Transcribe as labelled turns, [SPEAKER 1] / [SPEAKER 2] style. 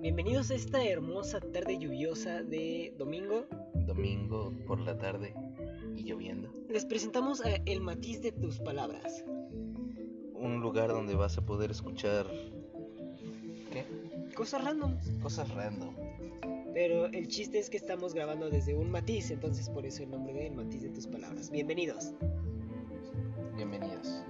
[SPEAKER 1] Bienvenidos a esta hermosa tarde lluviosa de domingo.
[SPEAKER 2] Domingo por la tarde y lloviendo.
[SPEAKER 1] Les presentamos a El matiz de tus palabras.
[SPEAKER 2] Un lugar donde vas a poder escuchar. ¿Qué?
[SPEAKER 1] Cosas random.
[SPEAKER 2] Cosas random.
[SPEAKER 1] Pero el chiste es que estamos grabando desde un matiz, entonces por eso el nombre de El matiz de tus palabras. Bienvenidos.
[SPEAKER 2] Bienvenidos.